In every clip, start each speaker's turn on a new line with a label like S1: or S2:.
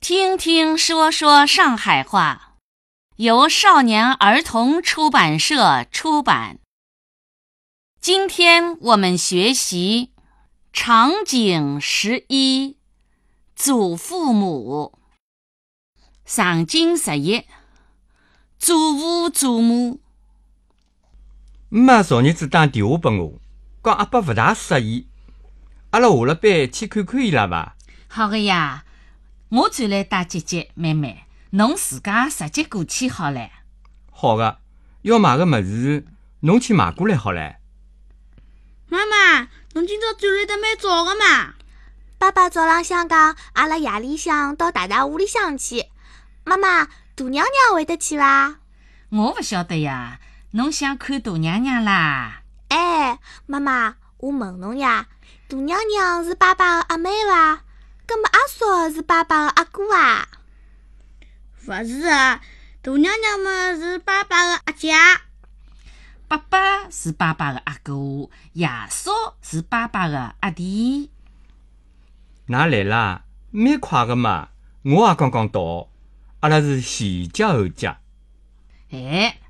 S1: 听听说说上海话，由少年儿童出版社出版。今天我们学习场景十一：祖父母。场景十一：祖父祖母。
S2: 姆妈昨日子打电话拨我，讲阿爸勿大适宜，阿拉下了班去看看伊拉伐？
S1: 好个呀，我转来带姐姐妹妹，侬自家直接过去好唻。
S2: 好个，要买个物事，侬去买过来好唻。
S3: 妈妈，侬今朝转来得蛮早个嘛？
S4: 爸爸早浪向讲，阿拉夜里向到大大屋里向去。妈妈，大娘娘会得去伐？
S1: 我勿晓得呀，侬想看大娘娘啦？
S4: 哎，妈妈，我问侬呀，大娘娘是爸爸的阿妹伐？葛么阿嫂是爸爸的阿啊哥伐？
S3: 勿是啊，大娘娘嘛是爸爸的阿姐。
S1: 爸爸是爸爸的阿哥，爷叔是爸爸的阿弟。
S2: 㑚来啦，蛮快个嘛，我也刚刚到，阿拉是前家后家。
S1: 哎，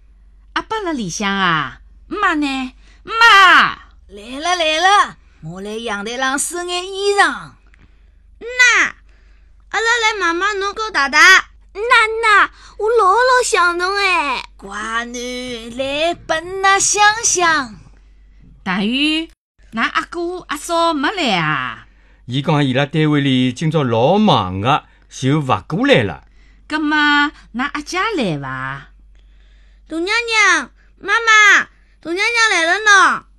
S1: 阿爸辣里向啊，妈呢？妈，
S5: 来了来了，我来阳台上收眼衣裳。
S4: 啊
S3: 阿拉来妈妈侬跟大大，
S4: 娜娜，我老老想侬哎。
S5: 乖囡来拨㑚想想，
S1: 大宇，㑚阿哥阿嫂没来啊？
S2: 伊讲伊拉单位里今朝老忙个，就勿过来了。
S1: 葛末㑚阿姐来伐？
S3: 大娘娘、妈妈，大娘娘来了喏。